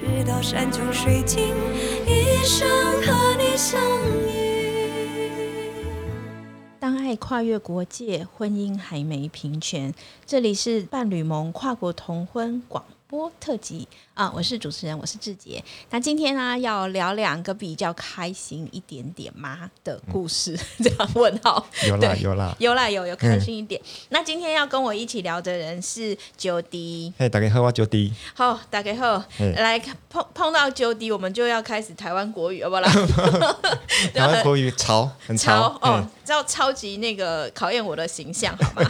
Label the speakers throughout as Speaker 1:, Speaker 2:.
Speaker 1: 直到山穷水尽，一生和你相遇。
Speaker 2: 当爱跨越国界，婚姻还没平权。这里是伴侣盟跨国同婚广播特辑啊、我是主持人，我是志杰。那今天呢、要聊两个比较开心一点点吗的故事？ 这样问号
Speaker 3: 嗯有啦
Speaker 2: 对
Speaker 3: 有嗯啦。
Speaker 2: 有啦有有开心一点。那今天要跟我一起聊的人是九迪，
Speaker 3: 嘿，大家好，我九弟。
Speaker 2: 好，大家好，
Speaker 3: 嗯
Speaker 2: 来碰碰到九迪，我们就要开始台湾国语，好 不好啦？
Speaker 3: 台湾国语 潮，很嗯潮
Speaker 2: 超。哦，知道超级那个考验我的形象好 吗？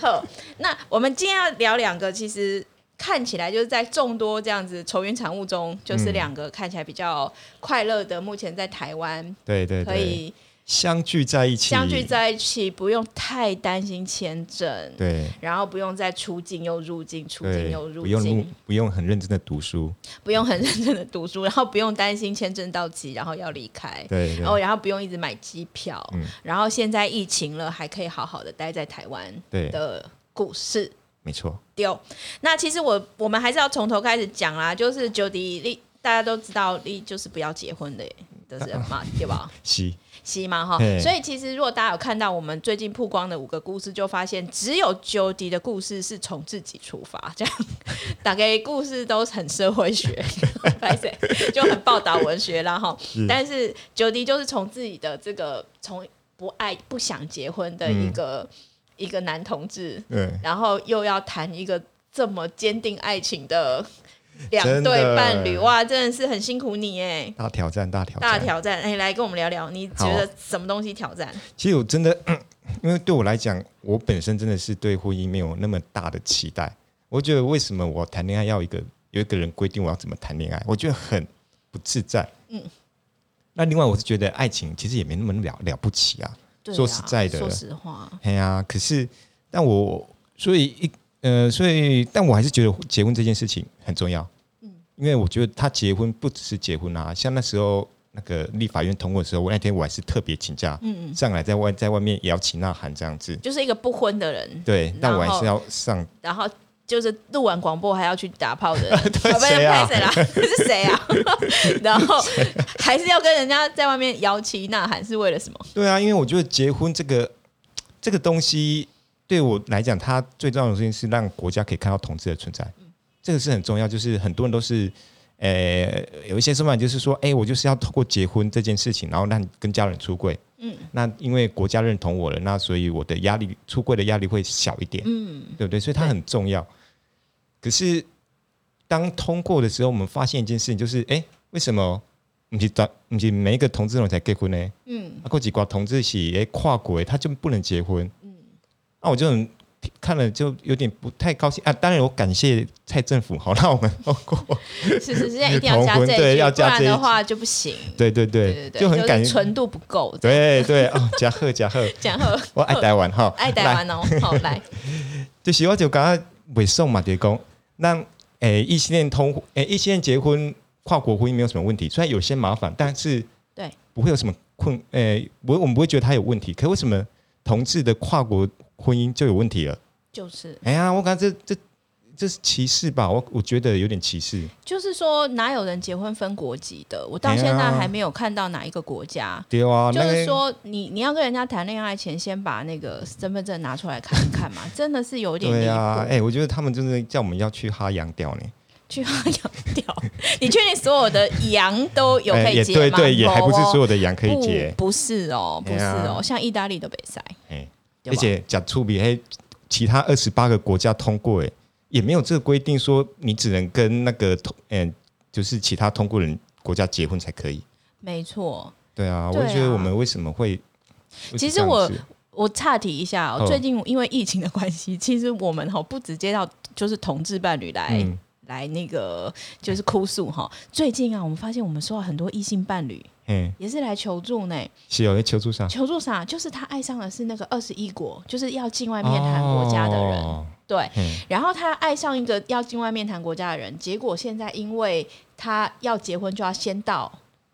Speaker 2: 好，那我们今天要聊两个，其实看起来就是在众多这样子愁云惨雾中，就是两个看起来比较快乐的，目前在台湾
Speaker 3: 嗯对对
Speaker 2: 可
Speaker 3: 对，
Speaker 2: 以
Speaker 3: 相聚在一起，
Speaker 2: 相聚在一起，不用太担心签证。
Speaker 3: 对
Speaker 2: 然后不用再出境又入境，出境
Speaker 3: 对
Speaker 2: 又，入
Speaker 3: 不用
Speaker 2: 境，
Speaker 3: 不不用很认真的读书，
Speaker 2: 不用很认真的读书，然后不用担心签证到期，然后要离开。
Speaker 3: 对
Speaker 2: 然后，
Speaker 3: 对
Speaker 2: 然后不用一直买机票，
Speaker 3: 嗯
Speaker 2: 然后现在疫情了，还可以好好的待在台湾
Speaker 3: 对，
Speaker 2: 的故事。
Speaker 3: 没错，
Speaker 2: 丢，那其实我我们还是要从头开始讲啦，就是九迪丽，大家都知道丽就是不要结婚的的 人嘛，对吧？
Speaker 3: 是，
Speaker 2: 西嘛哈，
Speaker 3: 嘿
Speaker 2: 所以其实如果大家有看到我们最近曝光的五个故事，就发现只有九迪的故事是从自己出发，这样 大概故事都很社会 学，拍谁就很报道文学啦哈。但是九迪就是从自己的这个从不爱不想结婚的一个、
Speaker 3: 嗯
Speaker 2: 一个男同志，
Speaker 3: 对，
Speaker 2: 然后又要谈一个这么坚定爱情的两
Speaker 3: 真的
Speaker 2: 对伴侣，哇，真的是很辛苦你哎、
Speaker 3: 大挑战，大挑
Speaker 2: 大
Speaker 3: 战。
Speaker 2: 挑战，哎、来跟我们聊聊，你觉得什么东西挑战？
Speaker 3: 其实我真的， 因为对我来讲，我本身真的是对婚姻没有那么大的期待。我觉得为什么我谈恋爱要一个有一个人规定我要怎么谈恋爱，我觉得很不自在。嗯，那另外我是觉得爱情其实也没那么了了不起啊。
Speaker 2: 对啊
Speaker 3: 说实在的
Speaker 2: 说实话，
Speaker 3: 哎呀、可是但我所以一呃，所以但我还是觉得结婚这件事情很重要。
Speaker 2: 嗯
Speaker 3: 因为我觉得他结婚不只是结婚啊，像那时候那个立法院通过的时候，我那天我还是特别请假，嗯嗯，上来在外在外面也要请呐喊这样子。
Speaker 2: 就是一个不婚的人，
Speaker 3: 对，但我
Speaker 2: 然
Speaker 3: 还
Speaker 2: 后
Speaker 3: 是要 上，
Speaker 2: 然后就是录完广播还要去打炮的人，
Speaker 3: 对
Speaker 2: 好吧
Speaker 3: 谁啊
Speaker 2: 拍谁啦？ 是谁啊？然后还是要跟人家在外面摇旗呐喊，是为了什么？
Speaker 3: 对啊，因为我觉得结婚这个这个东西对我来讲，它最重要的事情是让国家可以看到同志的存在，这个是很重要。就是很多人都是，呃，有一些说法就是说，哎，我就是要透过结婚这件事情，然后让你跟家人出柜。嗯，那因为国家认同我了，那所以我的压力出柜的压力会小一点，嗯，对不对？所以它很重要。可是当通过的时候，我们发现一件事情，就是，哎，为什么？不是大，不是每一个同志人才结婚呢？啊，过几寡同志是诶跨国的，他就不能结婚。嗯，那、我就很看了就有点不太高兴啊。当然，我感谢蔡政府，好让我们通过。
Speaker 2: 是是是，一定要加
Speaker 3: 同婚
Speaker 2: 这一
Speaker 3: 对
Speaker 2: 句，
Speaker 3: 要加这一
Speaker 2: 不
Speaker 3: 句
Speaker 2: 然的话就不行。
Speaker 3: 对对对，
Speaker 2: 对对对，
Speaker 3: 就很感
Speaker 2: 是纯度不够。
Speaker 3: 对对哦，加贺加贺，
Speaker 2: 讲 好，
Speaker 3: 我爱台湾哈，
Speaker 2: 爱台
Speaker 3: 来，
Speaker 2: 湾哦，好来，
Speaker 3: 就是我就感觉袂爽嘛，就是讲让诶异性恋通诶异性恋结婚跨国婚姻没有什么问题，虽然有些麻烦，但是
Speaker 2: 对
Speaker 3: 不会有什么困诶，不会我们不会觉得他有问题。可为什么同志的跨国婚姻就有问题了？
Speaker 2: 就是
Speaker 3: 哎呀，我感觉这这这是歧视吧？我我觉得有点歧视。
Speaker 2: 就是说，哪有人结婚分国籍的？我到现在
Speaker 3: 哎呀
Speaker 2: 还没有看到哪一个国家
Speaker 3: 对啊，
Speaker 2: 就
Speaker 3: 那
Speaker 2: 是
Speaker 3: 个
Speaker 2: 说，你你要跟人家谈恋爱前，先把那个身份证拿出来看一看 嘛，真的是有点离
Speaker 3: 对
Speaker 2: 谱。
Speaker 3: 啊，哎、我觉得他们真的叫我们要去哈洋屌呢。
Speaker 2: 去把羊掉，你确定所有的羊都有可
Speaker 3: 哎
Speaker 2: 以
Speaker 3: 也
Speaker 2: 结吗？
Speaker 3: 对对，也还不是所有的羊可
Speaker 2: 不
Speaker 3: 以解，
Speaker 2: 不是哦，不
Speaker 3: 哎
Speaker 2: 是
Speaker 3: 呀
Speaker 2: 哦，像意大利的北塞，
Speaker 3: 哎、
Speaker 2: 对
Speaker 3: 而
Speaker 2: 吧
Speaker 3: 且讲粗鄙，哎，其他二十八个国家通过，哎，也没有这个规定说你只能跟那个同，嗯、就是其他通过人国家结婚才可以。
Speaker 2: 没错。
Speaker 3: 对啊，
Speaker 2: 对啊
Speaker 3: 我就觉得我们为什么会？会
Speaker 2: 其实
Speaker 3: 这样
Speaker 2: 我
Speaker 3: 子
Speaker 2: 我岔题一下、哦，
Speaker 3: 哦
Speaker 2: 最近因为疫情的关系，其实我们哈、不直接到就是同志伴侣来、
Speaker 3: 嗯
Speaker 2: 来那个就是哭诉哈、最近啊，我们发现我们收到很多异性伴侣
Speaker 3: 哎，
Speaker 2: 也是来求助呢，
Speaker 3: 是有求助上
Speaker 2: 求助啥？就是他爱上的是那个二十一国，就是要进外面谈国家的人，
Speaker 3: 哦
Speaker 2: 对。
Speaker 3: 嗯
Speaker 2: 然后他爱上一个要进外面谈国家的人，结果现在因为他要结婚，就要先到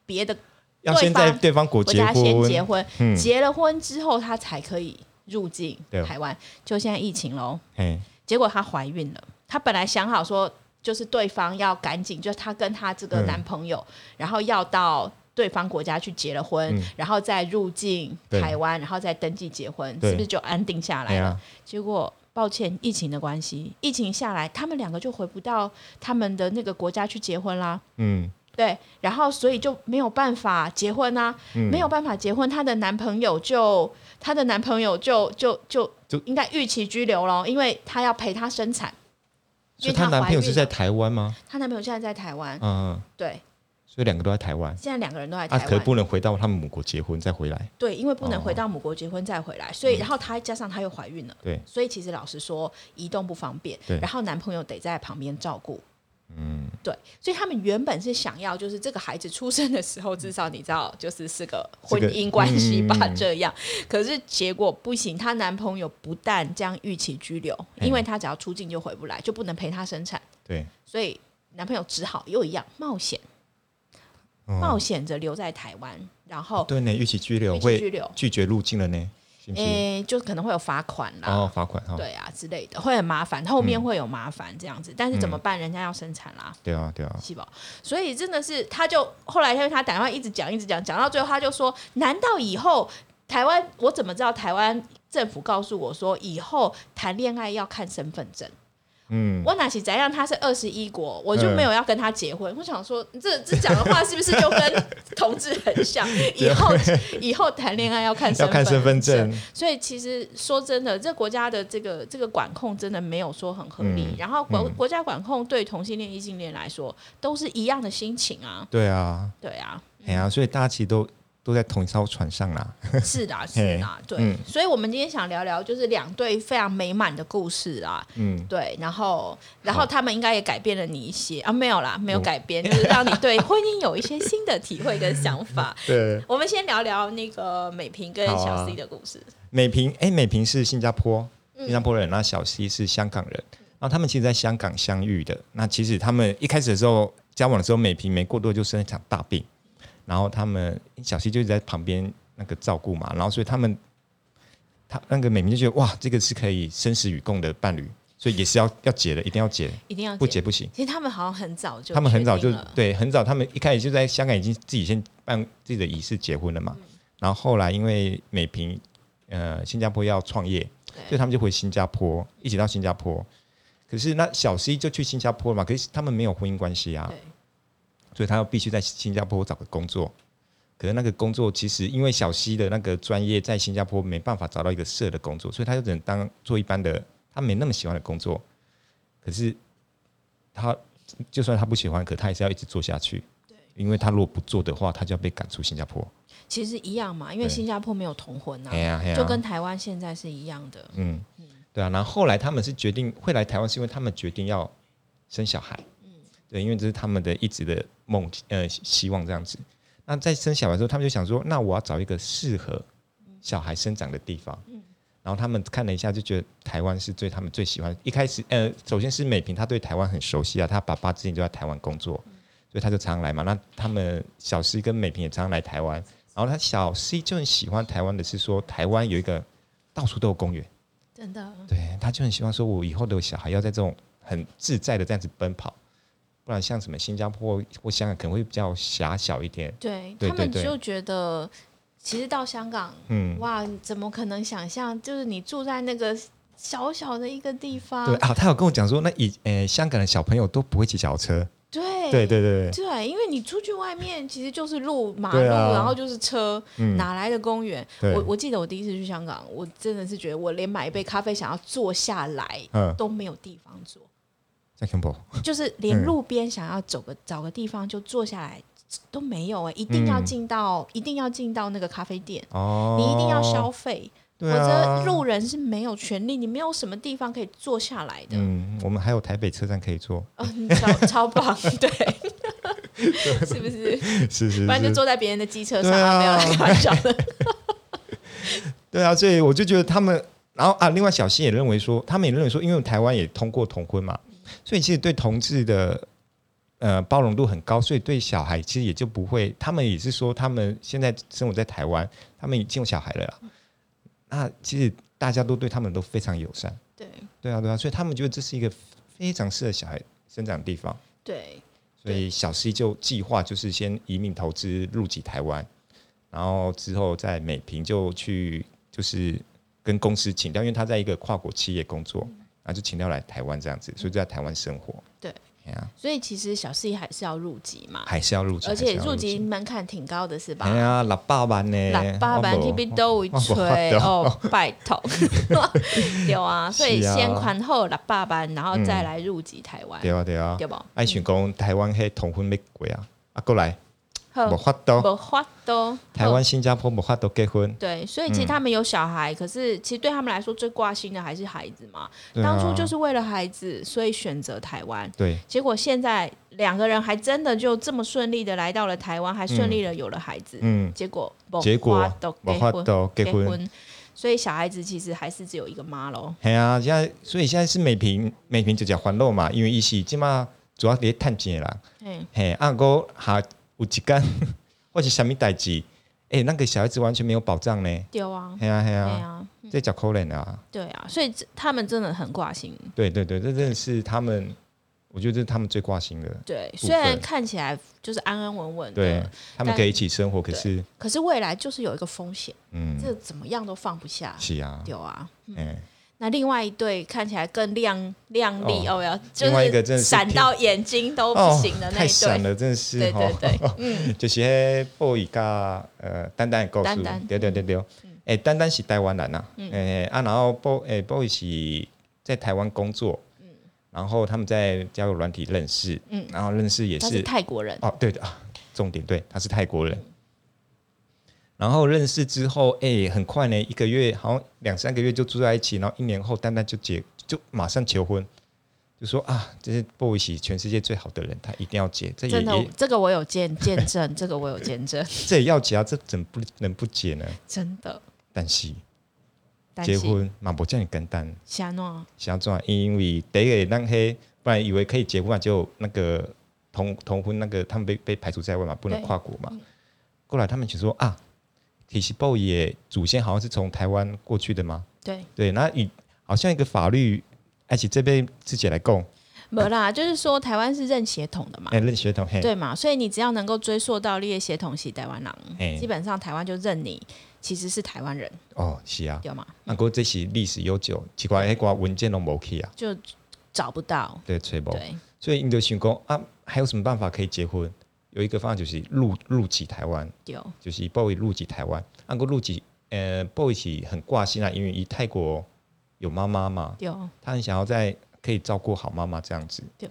Speaker 2: 别的
Speaker 3: 要先在对方国
Speaker 2: 国
Speaker 3: 结
Speaker 2: 家先
Speaker 3: 婚，
Speaker 2: 结婚，
Speaker 3: 嗯
Speaker 2: 结了婚之后他才可以入境
Speaker 3: 对哦
Speaker 2: 台湾。就现在疫情喽，
Speaker 3: 哎，
Speaker 2: 结果她怀孕了，她本来想好说就是对方要赶紧，就是她跟她这
Speaker 3: 嗯
Speaker 2: 个男朋友，然后要到对方国家去结了婚，
Speaker 3: 嗯
Speaker 2: 然后再入境
Speaker 3: 对
Speaker 2: 台湾，然后再登记结婚，
Speaker 3: 对
Speaker 2: 是不是就安定下
Speaker 3: 哎
Speaker 2: 来了？
Speaker 3: 呀，
Speaker 2: 结果抱歉，疫情的关系，疫情下来，他们两个就回不到他们的那个国家去结婚啦。
Speaker 3: 嗯，
Speaker 2: 对，然后所以就没有办法结婚啊，
Speaker 3: 嗯
Speaker 2: 没有办法结婚，她的男朋友就她的男朋友就就就
Speaker 3: 就
Speaker 2: 应该逾期拘留咯，因为她要陪她生产，因
Speaker 3: 所以
Speaker 2: 为
Speaker 3: 她
Speaker 2: 她
Speaker 3: 男朋友
Speaker 2: 怀孕
Speaker 3: 是在台湾吗？
Speaker 2: 她男朋友现在在台湾，
Speaker 3: 嗯，
Speaker 2: 对，
Speaker 3: 所以两个都在台湾，
Speaker 2: 现在两个人都在
Speaker 3: 啊，
Speaker 2: 台
Speaker 3: 可
Speaker 2: 湾，
Speaker 3: 不能回到他们母国结婚再回来，
Speaker 2: 对，因为不能
Speaker 3: 哦嗯
Speaker 2: 回到母国结婚再回来，所以然后她加上她又怀孕了，
Speaker 3: 对，
Speaker 2: 所以其实老实说移动不方便
Speaker 3: 对，
Speaker 2: 然后男朋友得在旁边照顾，
Speaker 3: 嗯，
Speaker 2: 对，所以他们原本是想要，就是这个孩子出生的时候，至少你知道，就是是个婚姻关系吧，
Speaker 3: 这个嗯
Speaker 2: 这样。可是结果不行，她男朋友不但这样逾期拘留，
Speaker 3: 嗯
Speaker 2: 因为她只要出境就回不来，就不能陪她生产，
Speaker 3: 对，
Speaker 2: 所以男朋友只好又一样冒险，
Speaker 3: 嗯
Speaker 2: 冒险着留在台湾，然后
Speaker 3: 啊对呢，逾期拘留
Speaker 2: 逾期
Speaker 3: 会
Speaker 2: 拘留
Speaker 3: 拒绝入境了呢，是不是？
Speaker 2: 诶、就可能会有罚款啦。
Speaker 3: 哦，嗯罚款哈，
Speaker 2: 对啊，之类的会很麻烦，后面会有麻烦这样子，但是怎么
Speaker 3: 嗯
Speaker 2: 办？人家要生产啦，
Speaker 3: 对啊，对啊，
Speaker 2: 细胞，所以真的是，他就后来因为他打电话一直讲，一直讲，讲到最后他就说：难道以后台湾我怎么知道台湾政府告诉我说以后谈恋爱要看身份证？
Speaker 3: 嗯，
Speaker 2: 我哪起怎样？他是二十一国，我就没有要跟他结婚。我想说，这这讲的话是不是就跟同志很像？ 以后以后谈恋爱要看身份
Speaker 3: 要看身份证，
Speaker 2: 所以其实说真的，这国家的这个这个管控真的没有说很合理。
Speaker 3: 嗯
Speaker 2: 然后国、
Speaker 3: 嗯
Speaker 2: 国家管控对同性恋、异性恋来说都是一样的心情啊，
Speaker 3: 对啊，
Speaker 2: 对 啊，
Speaker 3: 哎呀，所以大家其实都都在同一艘船上啦，
Speaker 2: 是 的啊，是的啊，对。
Speaker 3: 嗯
Speaker 2: 所以我们今天想聊聊就是两对非常美满的故事啊，
Speaker 3: 嗯，
Speaker 2: 对，然后然后
Speaker 3: 好嗯
Speaker 2: 他们应该也改变了你一些啊，没有啦，没有改变，就是让你对婚姻有一些新的体会跟想 法。
Speaker 3: 对，
Speaker 2: 我们先聊聊那个美萍跟
Speaker 3: 好
Speaker 2: 小
Speaker 3: 啊
Speaker 2: C 的故事，
Speaker 3: 美平，哎，美平是新加坡，新加坡人，那小西是香港人，然后他们其实在香港相遇的。那其实他们一开始的时候交往的时候，美平没过多就生了一场大病，然后他们小西就一直在旁边那个照顾嘛，然后所以他们他那个美平就觉得哇，这个是可以生死与共的伴侣，所以也是要要结的，一定要结，
Speaker 2: 一定要
Speaker 3: 不结不行。
Speaker 2: 其实他们好像很早就
Speaker 3: 他们很早
Speaker 2: 确
Speaker 3: 就
Speaker 2: 定了
Speaker 3: 对，很早，他们一开始就在香港已经自己先办自己的仪式结婚了嘛。
Speaker 2: 嗯
Speaker 3: 然后后来因为美平呃新加坡要创业，所以他们就回新加坡，一起到新加坡。可是那小 C 就去新加坡了嘛，可是他们没有婚姻关系啊，
Speaker 2: 对。
Speaker 3: 所以他要必须在新加坡找个工作。可是那个工作其实因为小 C 的那个专业在新加坡没办法找到一个社的工作，所以他就只能当做一般的，他没那么喜欢的工作。可是他就算他不喜欢，可他还是要一直做下去。因为他如果不做的话，他就要被赶出新加坡。
Speaker 2: 其实一样嘛，因为
Speaker 3: 对
Speaker 2: 新加坡没有同婚呐、
Speaker 3: 哎呀哎呀
Speaker 2: 就跟台湾现在是一样的。
Speaker 3: 嗯，对啊。然后后来他们是决定会来台湾，是因为他们决定要生小孩。对，因为这是他们的一直的梦，呃，希希望这样子。那在生小孩之后，他们就想说，那我要找一个适合小孩生长的地方。然后他们看了一下，就觉得台湾是最他们最喜欢。一开始，呃，首先是美萍，她对台湾很熟悉啊，她爸爸之前就在台湾工作，所以她就常来嘛。那他们小 C 跟美萍也常来台湾，然后她小 C 就很喜欢台湾的是说，台湾有一个到处都有公园。
Speaker 2: 真的，
Speaker 3: 对，他就很希望说，我以后的小孩要在这种很自在的这样子奔跑，不然像什么新加坡或香港可能会比较狭小一点。
Speaker 2: 对
Speaker 3: 对
Speaker 2: 他们
Speaker 3: 对对
Speaker 2: 就觉得，其实到香港，
Speaker 3: 嗯，
Speaker 2: 哇，怎么可能想象？就是你住在那个小小的一个地方，
Speaker 3: 对啊，他有跟我讲说，那以呃香港的小朋友都不会骑小车。
Speaker 2: 对
Speaker 3: 对对对对，
Speaker 2: 对因为你出去外面其实就是路、马路，
Speaker 3: 对啊
Speaker 2: 然后就是车，
Speaker 3: 嗯，
Speaker 2: 哪来的公园？
Speaker 3: 对
Speaker 2: 我我记得我第一次去香港，我真的是觉得我连买一杯咖啡想要坐下来
Speaker 3: 嗯，
Speaker 2: 都没有地方坐。
Speaker 3: 在 c a m b
Speaker 2: 就是连路边想要走个找个地方就坐下来都没有哎、一定要
Speaker 3: 嗯
Speaker 2: 进到、一定要进到那个咖啡店，
Speaker 3: 哦，
Speaker 2: 你一定要消，费，
Speaker 3: 对
Speaker 2: 否
Speaker 3: 啊
Speaker 2: 则，路人是没有权利，你没有什么地方可以坐下来的。
Speaker 3: 嗯，我们还有台北车站可以坐，
Speaker 2: 嗯，超超棒， 对，是不是？
Speaker 3: 是是，
Speaker 2: 不然就是坐在别人的机车上，
Speaker 3: 对啊
Speaker 2: 没有 啦开玩笑的。
Speaker 3: 对啊，所以我就觉得他们，然后啊，另外小新也认为说，他们也认为说，因为台湾也通过同婚嘛，所以其实对同志的呃包容度很高，所以对小孩其实也就不会，他们也是说他们现在生活在台湾，他们已经有小孩了啦，那其实大家都对他们都非常友善，
Speaker 2: 对，
Speaker 3: 对啊对啊，所以他们觉得这是一个非常适合小孩生长的地方。
Speaker 2: 对，
Speaker 3: 所以小 C 就计划就是先移民投资入籍台湾，然后之后在美平就去就是跟公司请调，因为他在一个跨国企业工作，然后就请调来台湾这样子，所以就在台湾生活。
Speaker 2: 对
Speaker 3: 哎呀，
Speaker 2: 所以其实小 C 还是要入籍嘛，
Speaker 3: 还是要入籍，
Speaker 2: 而且
Speaker 3: 还是要
Speaker 2: 入籍。门槛挺高的是吧？
Speaker 3: 哎呀，喇叭班呢？
Speaker 2: 喇叭版
Speaker 3: 我没
Speaker 2: T
Speaker 3: 有
Speaker 2: B 都会
Speaker 3: 我没
Speaker 2: 吹
Speaker 3: 有
Speaker 2: 哦，拜 托，对啊，所以
Speaker 3: 是啊嗯
Speaker 2: 先款后喇叭版，然后再来入籍台湾，
Speaker 3: 对啊对啊
Speaker 2: 对，不？
Speaker 3: 爱想讲台湾迄同婚咩鬼啊？啊，过来，
Speaker 2: 好
Speaker 3: 无法度，
Speaker 2: 无法都
Speaker 3: 台湾、嗯新加坡无法度结婚。
Speaker 2: 对，所以其实他们有小孩，可是其实对他们来说最挂心的还是孩子嘛。
Speaker 3: 对啊
Speaker 2: 当初就是为了孩子，所以选择台湾。
Speaker 3: 对
Speaker 2: 结果现在两个人还真的就这么顺利的来到了台湾，还顺利的有了孩子。
Speaker 3: 嗯
Speaker 2: 结果没
Speaker 3: 结果
Speaker 2: 法度
Speaker 3: 没法度
Speaker 2: 结
Speaker 3: 结婚
Speaker 2: 婚，所以小孩子其实还是只有一个妈咯。
Speaker 3: 系啊，现在所以现在是美平美平就食欢乐嘛，因为伊是即马主要伫趁钱的人。
Speaker 2: 嗯，
Speaker 3: 嘿，啊，哥下有一天 或是啥物代志，诶、那个小孩子完全没有保障呢。
Speaker 2: 对啊，
Speaker 3: 系啊系
Speaker 2: 对
Speaker 3: 啊，
Speaker 2: 啊，
Speaker 3: 这叫可怜啊！
Speaker 2: 对啊，所以这他们真的很挂心。
Speaker 3: 对对对，这真的是他们，我觉得这是他们最挂心的。
Speaker 2: 对，
Speaker 3: 分
Speaker 2: 虽然看起来就是安安稳稳
Speaker 3: 对
Speaker 2: 的，
Speaker 3: 他们可以一起生活，可是
Speaker 2: 可是未来就是有一个风险，
Speaker 3: 嗯，
Speaker 2: 这怎么样都放不下。
Speaker 3: 是啊，
Speaker 2: 对啊，
Speaker 3: 哎，
Speaker 2: 那另外一对看起来更亮亮丽
Speaker 3: 哦
Speaker 2: 哦，要就
Speaker 3: 另外一个真的是
Speaker 2: 闪
Speaker 3: 天
Speaker 2: 到眼睛都不
Speaker 3: 哦
Speaker 2: 行的那
Speaker 3: 太
Speaker 2: 一
Speaker 3: 闪
Speaker 2: 对，
Speaker 3: 了，真的是
Speaker 2: 对对
Speaker 3: 哦
Speaker 2: 对，嗯
Speaker 3: 就是迄布伊甲呃丹丹的故
Speaker 2: 丹嗯
Speaker 3: 事
Speaker 2: 丹，
Speaker 3: 对对对对，诶、丹丹是台湾人呐、啊，诶、啊，然后布诶布伊是在台湾工作，然后他们在交友软体认识，
Speaker 2: 嗯
Speaker 3: 然后认识也
Speaker 2: 他
Speaker 3: 是
Speaker 2: 是泰国人，
Speaker 3: 哦，对的啊，重点对，他是泰国人。然后认识之后，诶，很快呢，一个月好像两三个月就住在一起，然后一年后丹丹就结，就马上求婚，就说啊，这是布伊是全世界最好的人，他一定要结，这也
Speaker 2: 真的哦
Speaker 3: 也，
Speaker 2: 这个我有见见证，这个我有见证，
Speaker 3: 这也要结啊，这怎么不能不结呢？
Speaker 2: 真的。
Speaker 3: 但是
Speaker 2: 担
Speaker 3: 结
Speaker 2: 心
Speaker 3: 婚嘛，不叫你简单，
Speaker 2: 瞎弄，啊
Speaker 3: 想要做，因为第一个咱黑，不然以为可以结婚啊，就那个同同婚那个他们被被排除在外嘛，不能
Speaker 2: 对
Speaker 3: 跨国
Speaker 2: 嗯
Speaker 3: 嘛。过来他们就说啊，体系 boy 也祖先好像是从台湾过去的嘛，
Speaker 2: 对，
Speaker 3: 对，那以好像一个法律，而且这边自己来供，
Speaker 2: 没啦，就是说台湾是认血统的嘛，
Speaker 3: 哎、认血统嘿，
Speaker 2: 对嘛，所以你只要能够追溯到你的血统系台湾
Speaker 3: 嘿
Speaker 2: 人，基本上台湾就认你其实是台湾人，
Speaker 3: 哦是啊，
Speaker 2: 对吗？
Speaker 3: 啊，过这是历史悠久，奇怪，迄个文件都无去啊，
Speaker 2: 就找不到，
Speaker 3: 对，吹无。
Speaker 2: 对，
Speaker 3: 所以你就想讲啊，还有什么办法可以结婚？有一个方法就是入入籍台湾，
Speaker 2: 丢，
Speaker 3: 就是 boy 入籍台湾。按个入籍，呃，boy 是很挂心啊，因为一泰国有妈妈嘛，
Speaker 2: 丢，
Speaker 3: 他很想要在可以照顾好妈妈这样子。
Speaker 2: 丢，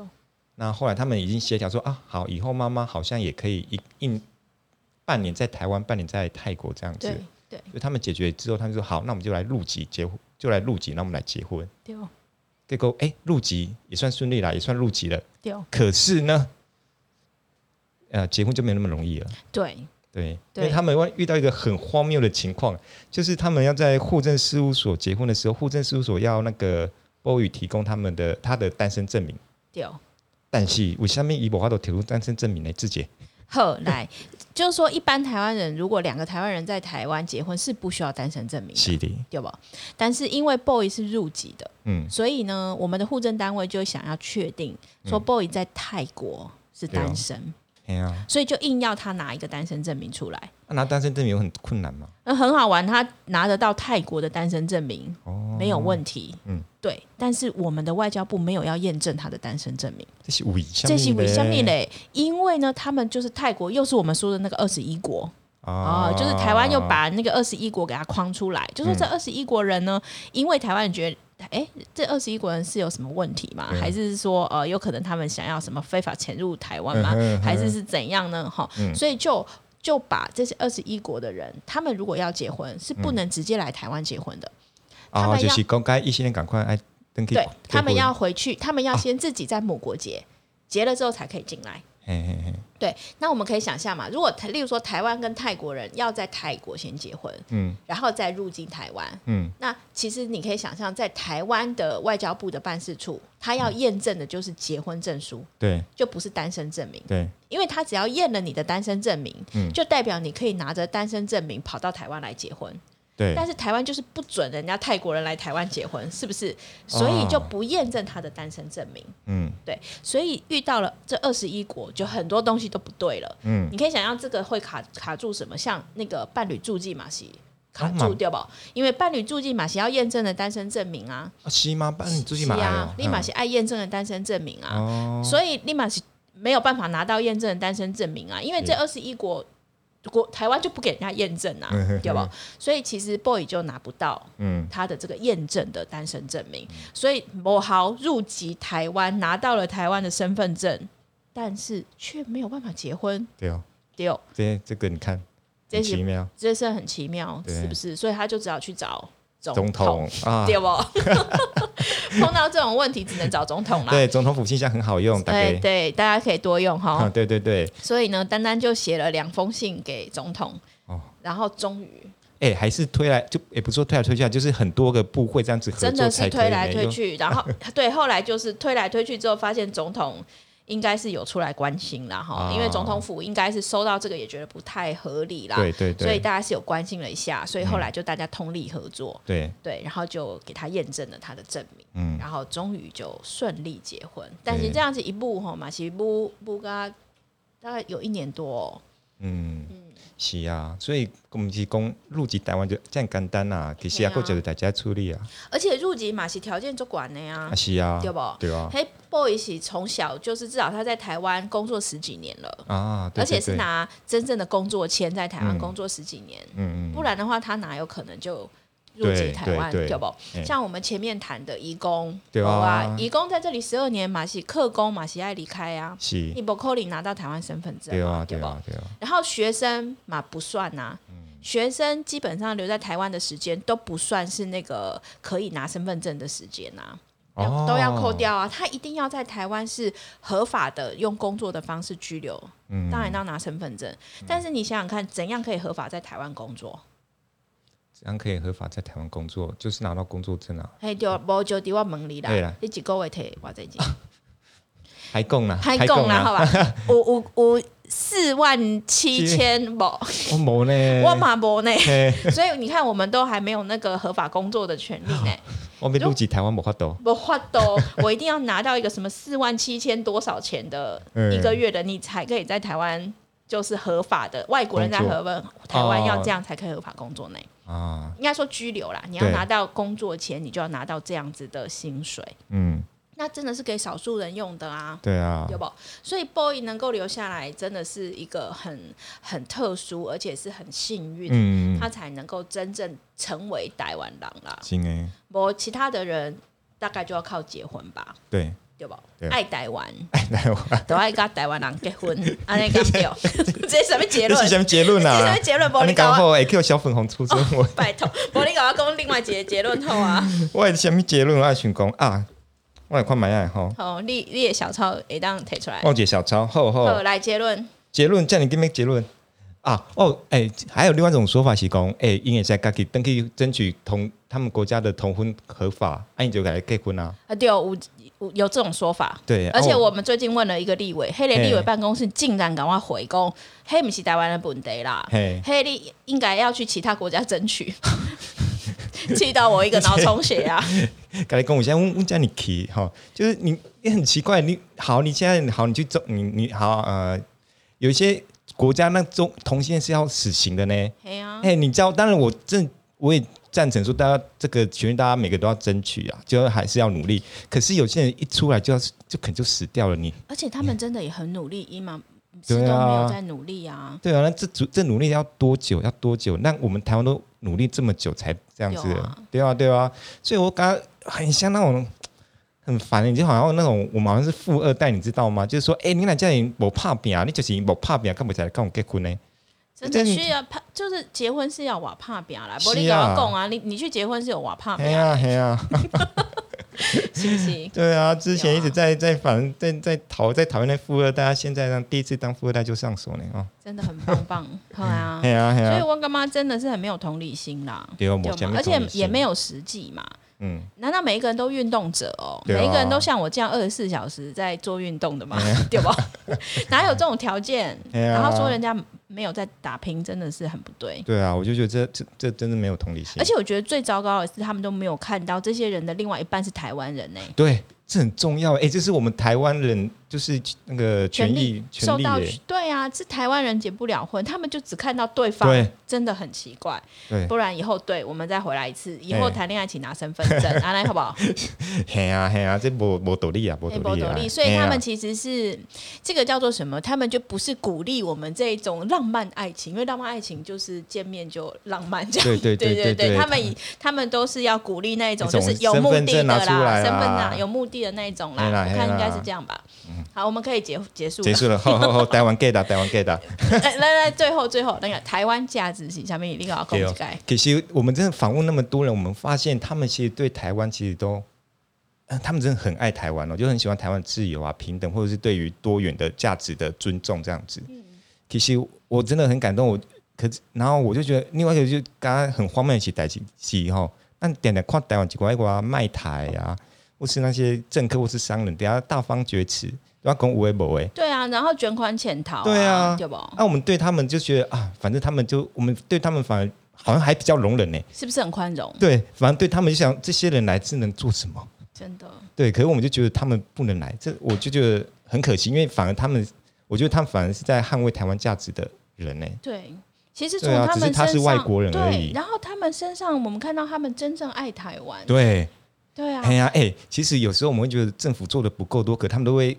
Speaker 3: 那后来他们已经协调说啊，好，以后妈妈好像也可以一一半年在台湾，半年在泰国这样子。
Speaker 2: 对，对，
Speaker 3: 所以他们解决之后，他们说好，那我们就来入籍结婚，就来入籍，那我们来结婚。
Speaker 2: 丢，
Speaker 3: 结果哎，入籍也算顺利啦，也算入籍了。
Speaker 2: 丢，
Speaker 3: 可是呢，呃，结婚就没那么容易了。
Speaker 2: 对，
Speaker 3: 对，
Speaker 2: 对
Speaker 3: 因为他们会遇到一个很荒谬的情况，就是他们要在户政事务所结婚的时候，户政事务所要那个波宇提供他们的他的单身证明，
Speaker 2: 丢。
Speaker 3: 但是我下面以我话都提出单身证明来自己
Speaker 2: 后来就是说，一般台湾人如果两个台湾人在台湾结婚是不需要单身证明的，
Speaker 3: 是的，
Speaker 2: 对吧？但是因为 boy 是入籍的，
Speaker 3: 嗯，
Speaker 2: 所以呢，我们的户政单位就想要确定说 boy 在泰国是单身，
Speaker 3: 哎呀、
Speaker 2: 所以就硬要他拿一个单身证明出来。
Speaker 3: 啊，拿单身证明有很困难嘛，
Speaker 2: 那很好玩，他拿得到泰国的单身证明，没有问题。
Speaker 3: 嗯
Speaker 2: 嗯，对。但是我们的外交部没有要验证他的单身证明，
Speaker 3: 这是伪，
Speaker 2: 这是为什么
Speaker 3: 嘞
Speaker 2: 嘞？因为呢，他们就是泰国，又是我们说的那个二十一国。
Speaker 3: 啊
Speaker 2: 哦，嗯就是台湾又把那个二十一国给他框出来，就说这二十一国人呢，因为台湾人觉得。哎，这二十一国人是有什么问题吗？
Speaker 3: 对
Speaker 2: 还是说，呃，有可能他们想要什么非法潜入台湾吗？
Speaker 3: 嗯哼嗯哼
Speaker 2: 还是是怎样呢？哈、所以就就把这些二十一国的人，他们如果要结婚，是不能直接来台湾结婚的，他
Speaker 3: 啊，
Speaker 2: 们
Speaker 3: 就
Speaker 2: 要
Speaker 3: 是公开一些人赶快哎登记结
Speaker 2: 对
Speaker 3: 婚，
Speaker 2: 他们要回去，他们要先自己在母国结，结了之后才可以进来。
Speaker 3: 嘿嘿嘿，
Speaker 2: 对，那我们可以想象嘛，如果台，例如说台湾跟泰国人要在泰国先结婚，
Speaker 3: 嗯
Speaker 2: 然后再入境台湾，
Speaker 3: 嗯，
Speaker 2: 那其实你可以想象，在台湾的外交部的办事处，他
Speaker 3: 嗯
Speaker 2: 要验证的就是结婚证书，
Speaker 3: 对
Speaker 2: 就不是单身证明，
Speaker 3: 对，
Speaker 2: 因为他只要验了你的单身证明，
Speaker 3: 嗯
Speaker 2: 就代表你可以拿着单身证明跑到台湾来结婚。
Speaker 3: 对，
Speaker 2: 但是台湾就是不准人家泰国人来台湾结婚，是不是？所
Speaker 3: 哦
Speaker 2: 以就不验证他的单身证明。
Speaker 3: 嗯
Speaker 2: 对，所以遇到了这二十一国，就很多东西都不对了。
Speaker 3: 嗯，
Speaker 2: 你可以想象这个会卡卡住什么？像那个伴侣住记嘛，是卡
Speaker 3: 啊
Speaker 2: 住
Speaker 3: 嘛
Speaker 2: 掉吧？因为伴侣住记嘛，是要验证的单身证明啊，
Speaker 3: 啊是吗？办你最起码
Speaker 2: 是
Speaker 3: 哎
Speaker 2: 啊
Speaker 3: 呦，
Speaker 2: 立马是
Speaker 3: 嗯
Speaker 2: 爱验证的单身证明啊，
Speaker 3: 哦，
Speaker 2: 所以立马是没有办法拿到验证的单身证明啊，因为这二十一国国台湾就不给人家验证 啊
Speaker 3: 嗯哼，
Speaker 2: 对吧？所以其实 boy 就拿不到
Speaker 3: 嗯
Speaker 2: 他的这个验证的单身证明，嗯所以某豪入籍台湾，拿到了台湾的身份证，但是却没有办法结婚。
Speaker 3: 对哦，
Speaker 2: 对哦，
Speaker 3: 这这个你看
Speaker 2: 这
Speaker 3: 很
Speaker 2: 是
Speaker 3: 奇妙，
Speaker 2: 这是很奇妙，
Speaker 3: 对
Speaker 2: 是不是？所以他就只好去找总
Speaker 3: 总统啊，
Speaker 2: 对不？ 碰到这种问题只能找总 统啦。
Speaker 3: 对，总统府信箱很好用，大
Speaker 2: 哎
Speaker 3: 概
Speaker 2: 对，哦大家可以多用
Speaker 3: 啊，
Speaker 2: 哈。
Speaker 3: 对对对，
Speaker 2: 所以呢，丹丹就写了两封信给总统，
Speaker 3: 哦
Speaker 2: 然后终于
Speaker 3: 哎，还是推来就也不说推来推去啊，就是很多个部会这样子合
Speaker 2: 真的
Speaker 3: 作
Speaker 2: 是
Speaker 3: 才可
Speaker 2: 推
Speaker 3: 以哎
Speaker 2: 来
Speaker 3: 呢
Speaker 2: 推
Speaker 3: 又
Speaker 2: 去，然 后对，后来就是推来推去之后，发现总统应该是有出来关心啦，哈、
Speaker 3: 哦
Speaker 2: 因为总统府应该是收到这个也觉得不太合理啦，
Speaker 3: 对对
Speaker 2: 啊
Speaker 3: 对，
Speaker 2: 所以大家是有关心了一下，所以后来就大家通力合作，
Speaker 3: 对，
Speaker 2: 对，然后就给他验证了他的证明，
Speaker 3: 嗯，
Speaker 2: 然后终于就顺利结婚。但是这样子一步吼嘛，其实步步嘎大概有一年多、哦，
Speaker 3: 嗯，是啊，所以我们是讲入籍台湾就这样简单啊，其实啊，
Speaker 2: 对啊
Speaker 3: 或者大家处理啊，
Speaker 2: 而且入籍嘛是条件就管的呀、
Speaker 3: 啊是啊，
Speaker 2: 对不
Speaker 3: 对啊，
Speaker 2: 嘿、boy 是从小就是至少他在台湾工作十几年了。
Speaker 3: 啊，对
Speaker 2: 而且
Speaker 3: 对
Speaker 2: 是
Speaker 3: 对
Speaker 2: 拿真正的工作签在台湾
Speaker 3: 嗯
Speaker 2: 工作十几年，
Speaker 3: 嗯
Speaker 2: 不
Speaker 3: 嗯，
Speaker 2: 然的话，他哪有可能就入籍
Speaker 3: 对
Speaker 2: 台湾，
Speaker 3: 对
Speaker 2: 对
Speaker 3: 对
Speaker 2: 不？
Speaker 3: 嗯
Speaker 2: 像我们前面谈的移工，
Speaker 3: 对啊
Speaker 2: 好移工在这里十二年，马西克工马西爱离开啊，
Speaker 3: 是
Speaker 2: 你，不扣零拿到台湾身份证
Speaker 3: 对
Speaker 2: 嘛，
Speaker 3: 啊，对
Speaker 2: 不？
Speaker 3: 啊，对啊，
Speaker 2: 然后学生嘛不算呐、学生基本上留在台湾的时间都不算是那个可以拿身份证的时间呐、要
Speaker 3: 哦
Speaker 2: 都要扣掉啊，他一定要在台湾是合法的，用工作的方式居留，
Speaker 3: 嗯
Speaker 2: 当然要拿身份证。但是你想想看，怎样可以合法在台湾工作？
Speaker 3: 这样可以合法在台湾工作，就是拿到工作证啊，
Speaker 2: 嘿，对，无就伫我门里啦
Speaker 3: 对啦，啊
Speaker 2: 你一个月摕偌济 钱？
Speaker 3: 还供啊啦，
Speaker 2: 太讲啦，
Speaker 3: 啦，
Speaker 2: 好吧？有有有四万七千 无，我
Speaker 3: 我冇哦呢，
Speaker 2: 嘛无呢。
Speaker 3: 嘿，
Speaker 2: 所以你看，我们都还没有那个合法工作的权利 呢，
Speaker 3: 我被入籍台湾冇法度，
Speaker 2: 不话都，我一定要拿到一个什么四万七千多少钱的
Speaker 3: 嗯
Speaker 2: 一个月的，你才可以在台湾就是合法的外国人在
Speaker 3: 工
Speaker 2: 合
Speaker 3: 作
Speaker 2: 法台湾要这样才可以合法工作呢。
Speaker 3: 啊，
Speaker 2: 应该说拘留啦，你要
Speaker 3: 对
Speaker 2: 拿到工作前，你就要拿到这样子的薪水，
Speaker 3: 嗯，
Speaker 2: 那真的是给少数人用的啊。
Speaker 3: 对啊
Speaker 2: 对，不？所以 boy 能够留下来，真的是一个很很特殊，而且是很幸运，
Speaker 3: 嗯，
Speaker 2: 他才能够真正成为台湾人啦。
Speaker 3: 行诶，
Speaker 2: 我其他的人大概就要靠结婚吧，
Speaker 3: 对，
Speaker 2: 对吧？
Speaker 3: 对
Speaker 2: 爱台湾，
Speaker 3: 来， 我
Speaker 2: 都爱跟台湾人结 婚，安尼讲掉，这是什么结
Speaker 3: 这
Speaker 2: 论？
Speaker 3: 是什
Speaker 2: 这
Speaker 3: 么结论
Speaker 2: 是什
Speaker 3: 啊
Speaker 2: 么？结论？
Speaker 3: 啊
Speaker 2: 无
Speaker 3: 你
Speaker 2: 你
Speaker 3: 讲
Speaker 2: 搞哦
Speaker 3: 好
Speaker 2: 我，
Speaker 3: 会 Q 小粉红出生，我
Speaker 2: 拜托，无你搞我讲另外一个结论好啊。
Speaker 3: 我什么结论？我也想讲啊，我来看买下吼，
Speaker 2: 好，你你的小抄会当提出来。
Speaker 3: 我一个小抄，好好。
Speaker 2: 哎好，来结论。
Speaker 3: 结论，叫你给咩结论啊？哦，哎、还有另外一种说法是讲，哎、因为在家己登去争取同他们国家的同婚合法，啊，你就来结婚啊？
Speaker 2: 啊，对哦，有有有这种说法。
Speaker 3: 对，
Speaker 2: 而且
Speaker 3: 啊
Speaker 2: 我们最近问了一个立委，黑连立委办公室竟然赶快回攻，黑不是台湾的本地啦，
Speaker 3: 嘿，
Speaker 2: 黑你应该要去其他国家争取， 气到我一个脑充血 啊！
Speaker 3: 跟你讲，我现在问问叫你去哈，就是你你很奇怪，你好，你现在好，你去中，你你好呃，有一些国家那中同性恋是要死刑的呢。
Speaker 2: 嘿啊，
Speaker 3: 哎、你知道，当然我正我也赞成说，大家这个权益，大家每个都要争取啊，就还是要努力。可是有些人一出来就要就可能就死掉了，你
Speaker 2: 而且他们真的也很努力，伊嘛是
Speaker 3: 对啊
Speaker 2: 都没有在努力啊。
Speaker 3: 对啊，那这主这努力要多久？要多久？那我们台湾都努力这么久才这样子
Speaker 2: 有啊，
Speaker 3: 对啊，对啊。所以我感觉很像那种很烦的，你就好像那种我们好像是富二代，你知道吗？就是说，哎、你哪家人我怕病啊？你就是我怕病，干嘛才来跟我结婚呢？
Speaker 2: 真
Speaker 3: 但
Speaker 2: 的需要怕，就是结婚是要瓦帕表啦，
Speaker 3: 是啊
Speaker 2: 不你跟我讲啊，你你去结婚是有瓦帕表，
Speaker 3: 哎呀，哎呀，
Speaker 2: 啊是不是？
Speaker 3: 对啊，之前一直在在反在在讨在讨厌那富二代，啊现在让第一次当富二代就上手呢哦。
Speaker 2: 真的很棒 棒，好啊
Speaker 3: 哎。呀，哎
Speaker 2: 所以
Speaker 3: 呀，
Speaker 2: 我干妈真的是很没有同理心啦，
Speaker 3: 对啊
Speaker 2: 对
Speaker 3: 我前
Speaker 2: 吗？
Speaker 3: 面
Speaker 2: 而且
Speaker 3: 同理心
Speaker 2: 也没有实际嘛，
Speaker 3: 嗯，
Speaker 2: 难道每一个人都运动者哦？
Speaker 3: 对啊
Speaker 2: 每一个人都像我这样二十
Speaker 3: 啊
Speaker 2: 四小时在做运动的吗？对吧？哪有这种条件？
Speaker 3: 哎呀
Speaker 2: 然后说人家没有在打拼，真的是很不对。
Speaker 3: 对啊，我就觉得这这这真的没有同理心，
Speaker 2: 而且我觉得最糟糕的是，他们都没有看到这些人的另外一半是台湾人呢、
Speaker 3: 对这很重要哎、这是我们台湾人就是那个权益权
Speaker 2: 受
Speaker 3: 利
Speaker 2: 到
Speaker 3: 耶
Speaker 2: 对啊，是台湾人结不了婚，他们就只看到对方，
Speaker 3: 对
Speaker 2: 真的很奇怪。
Speaker 3: 对
Speaker 2: 不然以后对我们再回来一次，以后
Speaker 3: 哎
Speaker 2: 谈恋爱请拿身份证， 啊，来好不好？
Speaker 3: 嘿啊嘿啊，这无无道理啊，无
Speaker 2: 哎
Speaker 3: 道理啊
Speaker 2: 斗，笠，所以他
Speaker 3: 嘿啊
Speaker 2: 们其实是这个叫做什么？他们就不是鼓励我们这一种浪漫爱情，因为浪漫爱情就是见面就浪漫这样。
Speaker 3: 对 对
Speaker 2: 对
Speaker 3: 对对对
Speaker 2: 他们以他们都是要鼓励那一种
Speaker 3: 那
Speaker 2: 就
Speaker 3: 种
Speaker 2: 是有目的的啦，
Speaker 3: 身份证拿出来啦
Speaker 2: 身份啊有目的的那一种啦。
Speaker 3: 嘿啦
Speaker 2: 我看
Speaker 3: 嘿啦嗯
Speaker 2: 应该是这样吧。好，我们可以结结束了。
Speaker 3: 结束了，好好好，台湾 get 啊，台湾 get 啊，
Speaker 2: 来来来，最后最后那个台湾价值型下面一定要攻
Speaker 3: 对
Speaker 2: 击
Speaker 3: 哦
Speaker 2: 盖。
Speaker 3: 其实我们真的访问那么多人，我们发现他们其实对台湾其实都，呃他们真的很爱台湾哦，就很喜欢台湾自由啊、平等，或者是对于多元的价值的尊重这样子。其实我真的很感动，我可是然后我就觉得另外一个就刚刚很荒谬的一起代起起吼，那点点看台湾几国一国卖台啊，或是那些政客或是商人，等下大放厥词，都要讲无为不为。
Speaker 2: 对啊，然后卷款潜逃、
Speaker 3: 对
Speaker 2: 啊
Speaker 3: 啊，
Speaker 2: 对不？
Speaker 3: 那、我们对他们就觉得啊，反正他们就我们对他们反而好像还比较容忍呢、
Speaker 2: 是不是很宽容？
Speaker 3: 对，反正对他们就想这些人来是能做什么？
Speaker 2: 真的，
Speaker 3: 对，可是我们就觉得他们不能来，这我就觉得很可惜，因为反而他们，我觉得他们反而是在捍卫台湾价值的人呢、
Speaker 2: 对。其实从
Speaker 3: 对啊
Speaker 2: 他
Speaker 3: 只
Speaker 2: 们身
Speaker 3: 是他
Speaker 2: 上，
Speaker 3: 是外国人而已
Speaker 2: 对，然后他们身上，我们看到他们真正爱台湾，
Speaker 3: 对，
Speaker 2: 对啊，
Speaker 3: 哎呀，哎、其实有时候我们会觉得政府做的不够多，可他们都会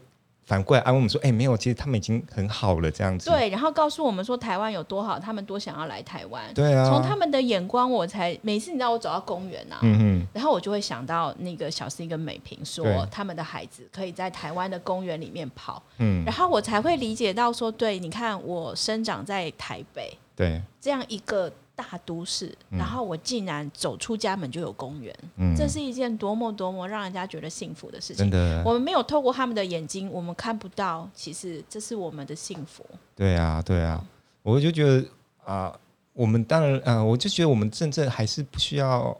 Speaker 3: 反过来安慰我们说，哎、没有，其实他们已经很好了，这样子。
Speaker 2: 对，然后告诉我们说台湾有多好，他们多想要来台湾。
Speaker 3: 对啊，
Speaker 2: 从他们的眼光，我才每次你知道我走到公园啊，
Speaker 3: 嗯
Speaker 2: 然后我就会想到那个小 C 跟美萍说
Speaker 3: 对，
Speaker 2: 他们的孩子可以在台湾的公园里面跑，
Speaker 3: 嗯嗯，
Speaker 2: 然后我才会理解到说，对，你看我生长在台北
Speaker 3: 对，
Speaker 2: 这样一个大都市，然后我竟然走出家门就有公园，
Speaker 3: 嗯，
Speaker 2: 这是一件多么多么让人家觉得幸福的事情。
Speaker 3: 真的，
Speaker 2: 我们没有透过他们的眼睛，我们看不到，其实这是我们的幸福。
Speaker 3: 对啊，对啊，我就觉得啊、我们当然，呃，我就觉得我们真正还是不需要，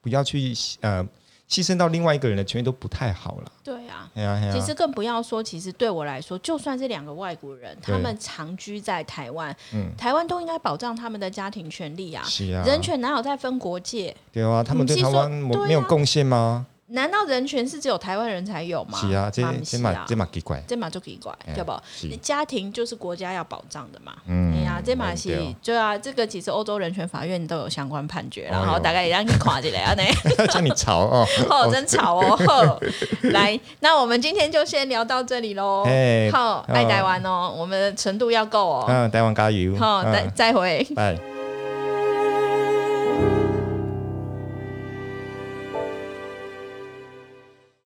Speaker 3: 不要去呃牺牲到另外一个人的权益都不太好了。
Speaker 2: 对啊，
Speaker 3: 哎呀、哎呀、
Speaker 2: 其实更不要说，其实对我来说，就算是两个外国人，
Speaker 3: 对啊
Speaker 2: 他们长居在台湾，
Speaker 3: 嗯
Speaker 2: 台湾都应该保障他们的家庭权利啊。
Speaker 3: 是啊，
Speaker 2: 人权哪有在分国界？
Speaker 3: 对啊，他们
Speaker 2: 你
Speaker 3: 对
Speaker 2: 是
Speaker 3: 台
Speaker 2: 说
Speaker 3: 湾没
Speaker 2: 对啊
Speaker 3: 没有贡献吗？
Speaker 2: 难道人权是只有台湾人才有吗？
Speaker 3: 是啊，
Speaker 2: 嘛
Speaker 3: 这
Speaker 2: 不
Speaker 3: 这
Speaker 2: 是
Speaker 3: 嘛
Speaker 2: 啊
Speaker 3: 这，嘛奇怪，
Speaker 2: 这嘛就奇怪，
Speaker 3: 哎
Speaker 2: 对不？
Speaker 3: 是
Speaker 2: 你家庭就是国家要保障的嘛。
Speaker 3: 嗯
Speaker 2: 哎呀，这嘛
Speaker 3: 嗯
Speaker 2: 是
Speaker 3: 对哦
Speaker 2: 对啊，这个其实欧洲人权法院都有相关判决啦，
Speaker 3: 哎呦
Speaker 2: 然后大概也让你垮起来 啊，那
Speaker 3: 叫你吵哦，
Speaker 2: 哦，真吵 哦，吼！来，那我们今天就先聊到这里喽
Speaker 3: 嘿。
Speaker 2: 好，爱台湾哦，我们的程度要够哦。
Speaker 3: 嗯，台湾加油，
Speaker 2: 好，再
Speaker 3: 嗯，
Speaker 2: 再会。
Speaker 3: 拜。